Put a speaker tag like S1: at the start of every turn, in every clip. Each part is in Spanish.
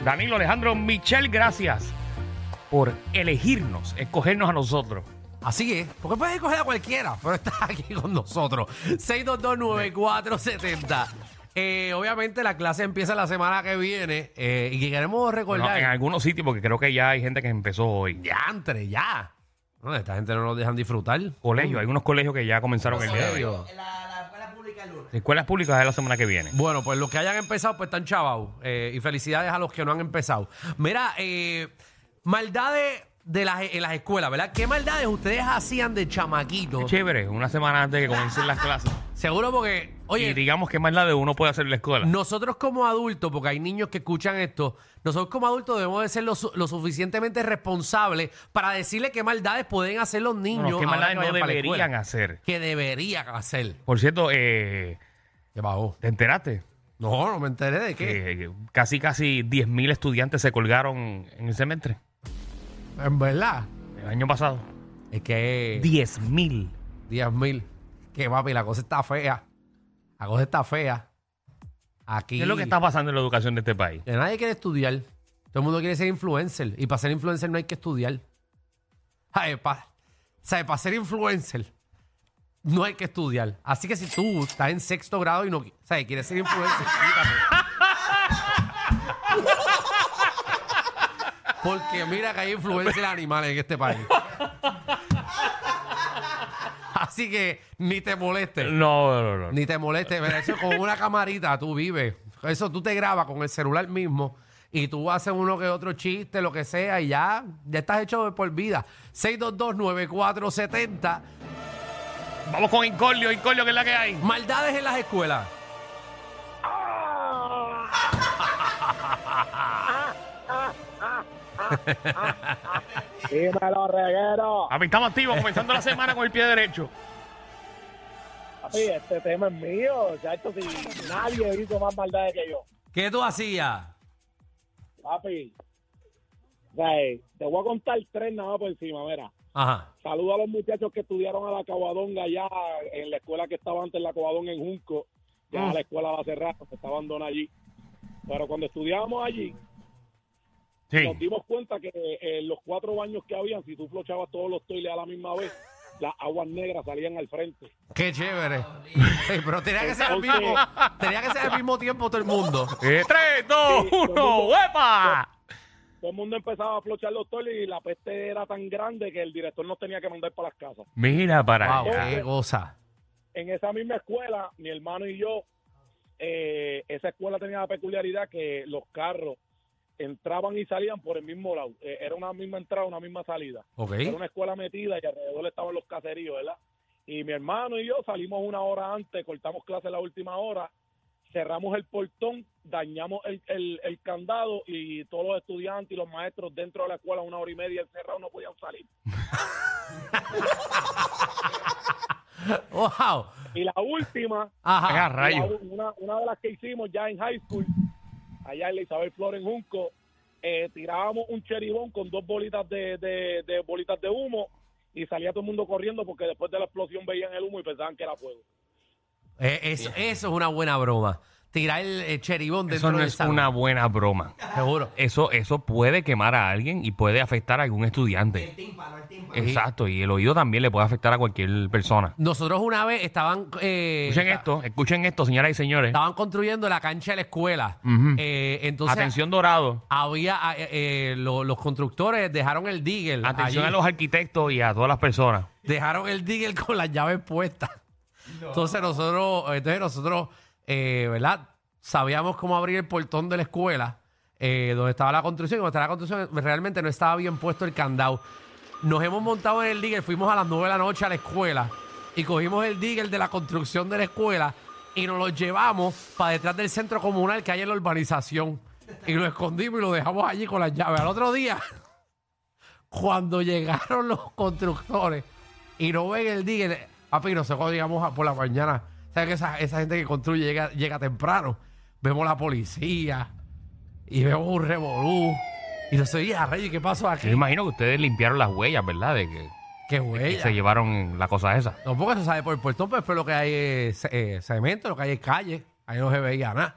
S1: Danilo Alejandro Michel, gracias por elegirnos, escogernos a nosotros.
S2: Así es, porque puedes escoger a cualquiera, pero estás aquí con nosotros. 6229470. Eh, obviamente la clase empieza la semana que viene eh, y queremos
S1: Bueno, en
S2: recordar...
S1: algunos sitios, porque creo que ya hay gente que empezó hoy.
S2: ya, entre, ya. No, esta gente no nos dejan disfrutar.
S1: Colegio, hay unos colegios que ya comenzaron el día de hoy.
S2: Serio.
S3: La, la escuela pública el lunes.
S1: Escuelas públicas de la semana que viene.
S2: Bueno, pues los que hayan empezado, pues están chavados. Eh, y felicidades a los que no han empezado. Mira, eh, maldades de las, e, en las escuelas, ¿verdad? ¿Qué maldades ustedes hacían de chamaquito?
S1: Chévere, una semana antes de que comiencen las clases.
S2: Seguro porque,
S1: y
S2: oye,
S1: digamos que más la de uno puede hacer en la escuela.
S2: nosotros como adultos, porque hay niños que escuchan esto, nosotros como adultos debemos de ser lo, su- lo suficientemente responsables para decirle qué maldades pueden hacer los
S1: No,
S2: niños.
S1: no, ¿Qué
S2: ahora
S1: más la
S2: que
S1: no
S2: vayan para la escuela.
S1: deberían hacer?
S2: Que deberían hacer.
S1: Por cierto, eh,
S2: ¿Qué bajó?
S1: ¿te enteraste?
S2: No, no me enteré de qué.
S1: Que casi, casi 10.000 estudiantes se colgaron en el semestre,
S2: En verdad.
S1: el año pasado.
S2: Es que...
S1: 10.000.
S2: 10 mil. Que papi, la cosa está fea. La cosa está fea. Aquí.
S1: ¿Qué es lo que está pasando en la educación de este país?
S2: que nadie quiere estudiar. Todo el mundo quiere ser influencer. Y para ser influencer no hay que estudiar. Ay, pa- o sea, para ser influencer no hay que estudiar. Así que si tú estás en sexto grado y no qui- o sea, quieres ser influencer, quítate. Porque mira que hay influencers animales en este país. Así que ni te molestes.
S1: No, no, no.
S2: Ni te moleste, pero eso con una camarita tú vives. Eso tú te grabas con el celular mismo y tú haces uno que otro chiste, lo que sea, y ya, ya estás hecho de por vida. 6229470.
S1: Vamos con Incordio, Incordio, que es la que hay.
S2: Maldades en las escuelas.
S4: Dímelo, reguero.
S1: A mí estamos activos, comenzando la semana con el pie derecho.
S4: Papi, este tema es mío. Ya esto si nadie hizo más maldades que yo.
S2: ¿Qué tú hacías?
S4: Papi, o sea, eh, te voy a contar tres nada más por encima, mira.
S2: Ajá.
S4: Saludo a los muchachos que estudiaron a la Cabadonga allá en la escuela que estaba antes en la Cabadonga en Junco. Ya la escuela la cerraron, se está abandonada allí. Pero cuando estudiábamos allí, nos
S1: Sí.
S4: dimos cuenta que eh, en los cuatro baños que habían, si tú flochabas todos los toiles a la misma vez, las aguas negras salían al frente.
S2: Qué chévere. Sí, pero tenía que ser el mismo, tenía que ser al mismo tiempo todo el mundo.
S1: Eh, Tres, dos,
S4: Sí, todo el
S1: uno,
S4: mundo-
S1: ¡huepa!
S4: Todo el mundo empezaba a flochar los toiles y la peste era tan grande que el director nos tenía que mandar para las casas.
S1: Mira para
S2: Wow,
S1: allá.
S2: qué cosa.
S4: En esa misma escuela, mi hermano y yo, eh, esa escuela tenía la peculiaridad que los carros entraban y salían por el mismo lado. Eh, era una misma entrada, una misma salida.
S2: Ok.
S4: Era una escuela metida y alrededor estaban los caseríos, ¿verdad? Y mi hermano y yo salimos una hora antes, cortamos clase a la última hora, cerramos el portón, dañamos el, el- el candado y todos los estudiantes y los maestros dentro de la escuela una hora y media encerrados no podían salir.
S2: Wow.
S4: Y la última,
S1: Pega
S2: Ajá.
S1: rayos.
S4: Una, una de las que hicimos ya en high school, allá en la Isabel Flores en Junco, eh, tirábamos un cheribón con dos bolitas de, de- de bolitas de humo y salía todo el mundo corriendo porque después de la explosión veían el humo y pensaban que era fuego.
S2: Eh, eso, eso es una buena broma. Tirar el, eh, cheribón dentro
S1: Eso no
S2: del
S1: es
S2: salón.
S1: una buena broma.
S2: Seguro.
S1: Eso, eso puede quemar a alguien y puede afectar a algún estudiante.
S3: El tímpano, el tímpano.
S1: Exacto, y el oído también le puede afectar a cualquier persona.
S2: Nosotros una vez estaban, eh,
S1: Escuchen
S2: esta-
S1: esto, escuchen esto, señoras y señores.
S2: estaban construyendo la cancha de la escuela.
S1: Ujú.
S2: Eh, entonces
S1: Atención dorado.
S2: había eh, eh, lo- los constructores dejaron el digger.
S1: Atención
S2: allí.
S1: a los arquitectos y a todas las personas.
S2: Dejaron el digger con las llaves puestas. Entonces nosotros, entonces nosotros, eh, ¿verdad? Sabíamos cómo abrir el portón de la escuela, eh, donde estaba la construcción. y Donde estaba la construcción, realmente no estaba bien puesto el candado. Nos hemos montado en el digger, fuimos a las 9 de la noche a la escuela y cogimos el digger de la construcción de la escuela y nos lo llevamos para detrás del centro comunal que hay en la urbanización. Y lo escondimos y lo dejamos allí con las llaves. Al otro día cuando llegaron los constructores y no ven el digger, papi, nosotros llegamos a- por la mañana. ¿Sabes que esa, esa gente que construye llega, llega temprano? Vemos la policía y vemos un revolú. Y nosotros, "Y a Reyes, ¿qué pasó
S1: Yo
S2: aquí?
S1: imagino que ustedes limpiaron las huellas, ¿verdad? De que, que
S2: ¡Qué
S1: se
S2: huella!
S1: llevaron la cosa esa.
S2: No, porque eso sale por el portón, pero después lo que hay es eh, cemento, lo que hay es calle. Ahí no se veía nada.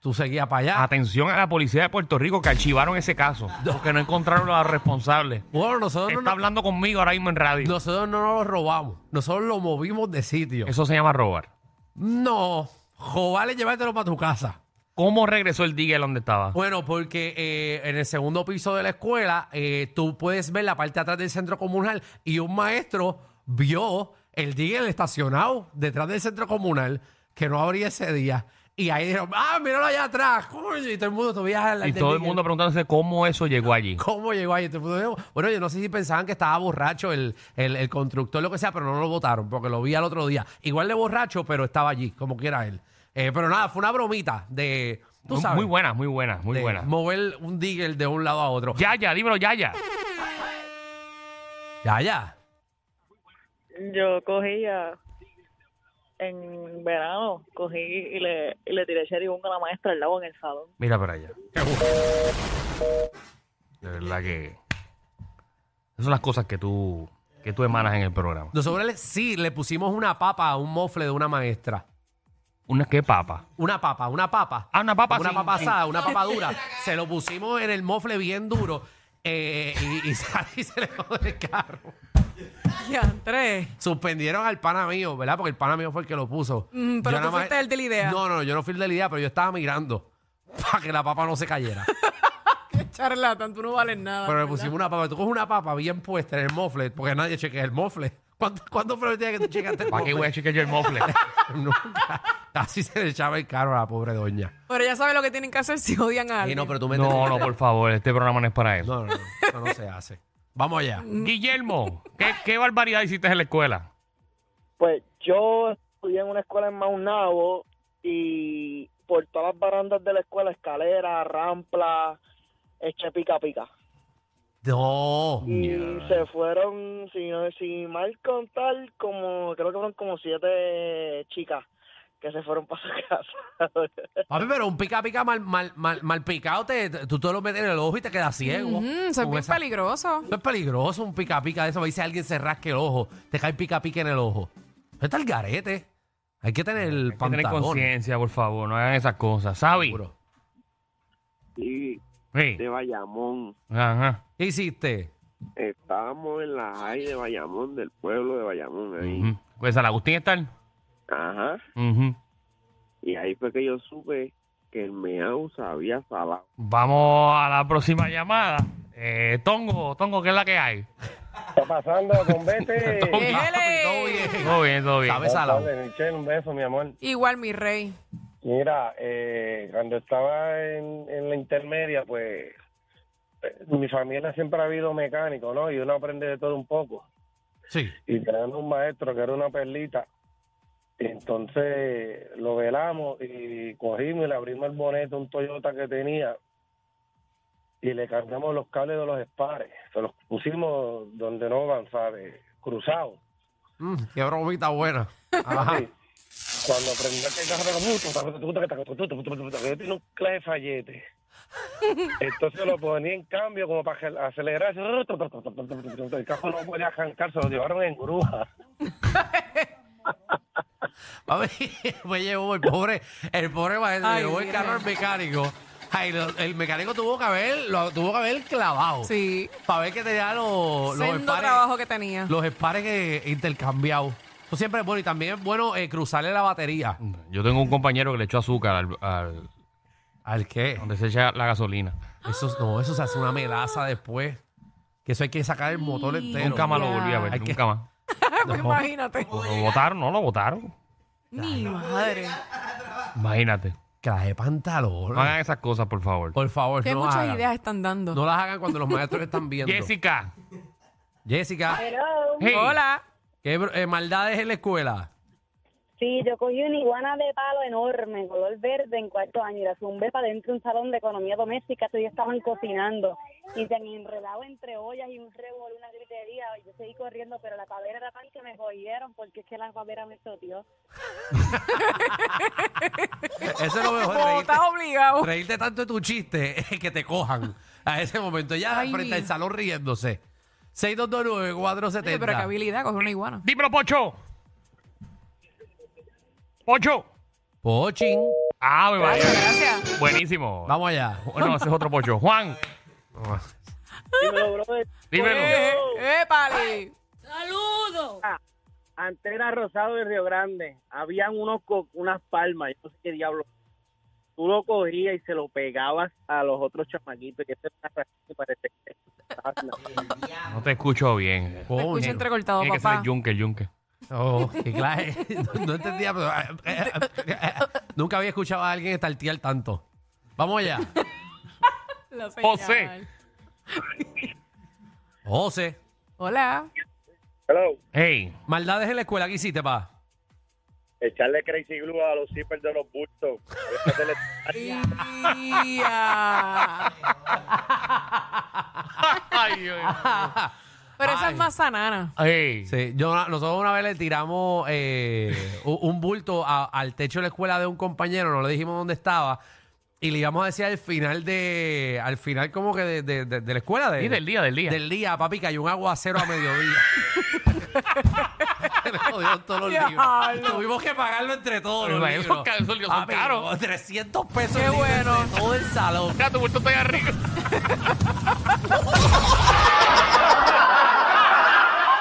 S2: Tú seguías para allá.
S1: Atención a la policía de Puerto Rico que archivaron ese caso porque no encontraron a los responsables.
S2: Bueno, nosotros no,
S1: Está hablando conmigo ahora mismo en radio.
S2: nosotros no nos lo robamos. Nosotros lo movimos de sitio.
S1: Eso se llama robar.
S2: No, joder, llevártelo para tu casa.
S1: ¿Cómo regresó el Digel donde estaba?
S2: Bueno, porque eh, en el segundo piso de la escuela eh, tú puedes ver la parte de atrás del centro comunal y un maestro vio el Digel estacionado detrás del centro comunal que no abría ese día. Y ahí dijeron, ah, míralo allá atrás, coño", Y todo el mundo todavía... al-
S1: Y
S2: del
S1: todo el
S2: Digel.
S1: mundo preguntándose cómo eso llegó allí.
S2: ¿Cómo llegó ahí? Todo el mundo dijo, Bueno, yo no sé si pensaban que estaba borracho el, el, el constructor, lo que sea, pero no lo votaron porque lo vi al otro día. Igual de borracho, pero estaba allí, como quiera él. Eh, pero nada, fue una bromita de... Tú
S1: Muy-
S2: sabes,
S1: Muy buena, muy buena, muy
S2: de
S1: buena.
S2: Mover un digger de un lado a otro.
S1: Yaya, dímelo, Yaya.
S2: Ya, ya.
S5: Yo cogía en verano, cogí y le, y le tiré cheribón a la maestra al lado en el salón.
S1: Mira para allá. De verdad que. Esas son las cosas que tú, que tú emanas en el programa.
S2: Nosotros le- sí le pusimos una papa a un mofle de una maestra.
S1: Una que papa.
S2: Una papa, una papa.
S1: Ah, una papa
S2: Una
S1: sin-
S2: papa
S1: sin-
S2: asada, una papa dura. Se lo pusimos en el mofle bien duro eh, y, y sal- y se le jodió el carro.
S6: Y Andrés.
S2: Suspendieron al pana mío, ¿verdad? Porque el pana mío fue el que lo puso.
S6: Mm, pero
S2: Yo
S6: tú
S2: nada más-
S6: fuiste el de la idea.
S2: No, no, yo no fui el de la idea, pero yo estaba mirando para que la papa no se cayera.
S6: Charlatán, tú no vales nada.
S2: Pero le
S6: ¿verdad?
S2: pusimos una papa. Tú coges una papa bien puesta en el mofle, porque nadie chequea el mofle. ¿Cuánto, cuánto fue el día que tú checaste el
S1: ¿Para qué voy a
S2: mofle?
S1: chequear yo el mofle?
S2: Nunca. Así se le echaba el carro a la pobre doña.
S6: Pero ya sabes lo que tienen que hacer si odian a
S2: Sí,
S6: alguien.
S2: no, pero tú me
S1: No, no,
S2: entiendes.
S1: por favor, este programa no es para eso.
S2: No, no, no, eso no se hace. Vamos allá.
S1: Guillermo, ¿qué, qué barbaridad hiciste en la escuela?
S7: Pues yo estudié en una escuela en Maunabo y por todas las barandas de la escuela, escalera, rampla, eché pica pica.
S2: No.
S7: Y se fueron, si, no- si mal contar, como creo que fueron como siete chicas que se fueron para su casa.
S2: Papi, pero un pica pica mal, mal, mal, mal picado, te, te- tú te lo metes en el ojo y te quedas ciego.
S6: Ujú, eso es
S2: Con
S6: bien
S2: esa-
S6: peligroso.
S2: Eso es peligroso, un pica pica de eso. Me dice alguien se rasque el ojo, te cae pica pica en el ojo. Eso está el garete. Hay que tener el
S1: Hay que tener
S2: pantalón.
S1: conciencia, por favor, no hagan esas cosas. ¿Sabi?
S2: seguro.
S8: Sí,
S1: Sí.
S8: de Bayamón.
S1: Ajá.
S2: ¿Qué hiciste?
S8: Estábamos en la high de Bayamón, del pueblo de Bayamón ahí.
S1: Ujú. Pues al Agustín estar.
S8: Ajá.
S1: Ujú.
S8: Y ahí fue que yo supe que el meao sabía salado.
S1: Vamos a la próxima llamada. Eh, Tongo, Tongo, ¿qué es la que hay?
S9: está pasando, con Vete?
S1: Tongo.
S6: Eh, Ele.
S2: Ah, Todo bien.
S1: Todo bien, todo bien.
S2: Sabes salado.
S9: Dale, Michelle, un beso, mi amor.
S6: Igual, mi rey.
S9: Mira, eh, cuando estaba en, en la intermedia, pues eh, mi familia siempre ha habido mecánico, ¿no? Y uno aprende de todo un poco.
S2: Sí.
S9: Y tenemos un maestro que era una perlita. Y entonces lo velamos y cogimos y le abrimos el bonete a un Toyota que tenía y le cargamos los cables de los espares. Se los pusimos donde no van, ¿sabes? Cruzados.
S2: Mm, qué bromita buena. Ajá.
S9: Cuando aprendí a que tiene un clase de fallete. Entonces lo ponía en cambio como para acel- acelerar. El carro no podía arrancar, se lo llevaron en grúa.
S2: A ver, me llevó el pobre, el pobre maestro,
S6: Ay,
S2: llevó el
S6: mira.
S2: carro al mecánico. Ay, lo- el mecánico tuvo que haber, lo tuvo que haber clavado.
S6: Sí.
S2: Para ver que tenía los, los
S6: Sendo
S2: espares-
S6: trabajo que tenía.
S2: los espares que intercambiados. Eso siempre es bueno. Y también es bueno eh, cruzarle la batería.
S1: Yo tengo un compañero que le echó azúcar al, al-
S2: ¿Al qué?
S1: donde se echa la gasolina.
S2: Eso, no, eso se hace una melaza después. Que eso hay que sacar el motor entero.
S1: nunca más lo volví a ver,
S2: Hay que-
S1: nunca más.
S6: Pues Imagínate.
S1: Lo votaron, no lo votaron.
S6: Mi madre.
S1: Imagínate.
S2: Clase de pantalón.
S1: No hagan esas cosas, por favor.
S2: Por favor,
S6: Que
S2: no
S6: muchas
S2: hagan.
S6: ideas están dando.
S2: No las hagan cuando los maestros están viendo.
S1: Jessica.
S2: Jessica,
S1: Hey.
S6: Hola.
S2: ¿qué br- eh, maldades en la escuela?
S10: Sí, yo cogí una iguana de palo enorme, color verde, en cuarto año, y la zumbé para dentro de un salón de economía doméstica, todavía estaban cocinando, y se me enredaba entre ollas y un revolú, una gritería, y yo seguí corriendo, pero la pavera era tan que me cogieron, porque es que la pavera me sotió.
S2: Eso es lo mejor.
S6: Como
S2: reírte-
S6: estás obligado.
S2: Reírte tanto de tu chiste eh, que te cojan a ese momento. Ya
S6: Ay,
S2: frente
S6: mi-
S2: al salón riéndose. 6229
S6: Oye, pero qué
S2: 470
S6: habilidad, coger una iguana.
S1: Dímelo, Pocho. Pocho.
S2: Pochín.
S1: Ah, me vaya.
S6: Gracias.
S1: Buenísimo.
S2: Vamos allá.
S1: Bueno, ese es otro pocho. Juan.
S7: Dímelo, brother.
S1: Dímelo.
S6: Eh, eh, pali.
S10: ¡Saludos!
S7: Antena Rosado de Río Grande. Habían unos co- unas palmas, yo no sé qué diablo. Tú lo cogías y se lo pegabas a los otros chamaquitos. Que esa es una razón que parece que estabas la-
S1: No te escucho bien.
S6: Te
S2: Coño.
S6: escucho entrecortado,
S1: Tiene que ser
S6: papá.
S1: el yunque, el yunque.
S2: Oh, qué clase. No, no entendía, pero. nunca había escuchado a alguien estartear tanto. Vamos allá.
S6: La señal.
S1: José.
S2: José.
S6: Hola.
S4: Hello,
S1: Hey.
S2: Maldades en la escuela, ¿qué hiciste, pa?
S4: echarle Crazy Glue a los zippers de los bultos.
S6: Tía.
S1: Ay, Dios mío.
S6: Pero esa
S2: Ay.
S6: es más sanana.
S1: Hey.
S2: Sí, yo, nosotros una vez le tiramos eh, un un bulto a- al techo de la escuela de un compañero, no le dijimos dónde estaba, y le íbamos a decir al final de, al final como que de, de- de- de la escuela. De,
S1: Sí, del día, del día.
S2: Del día, papi, cayó un aguacero a mediodía. Le jodieron todos los libros.
S6: Diablo.
S2: Tuvimos que pagarlo entre todos los
S1: Pero esos
S2: libros.
S1: ca- esos libros son
S2: Papi,
S1: caros.
S2: 300 pesos
S6: Qué
S2: el libro
S6: bueno.
S2: entre todo el salón.
S1: Ya tu bulto está ahí arriba.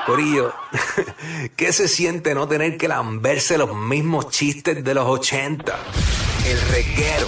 S11: Corillo, ¿qué se siente no tener que lamberse los mismos chistes de los 80? El reguero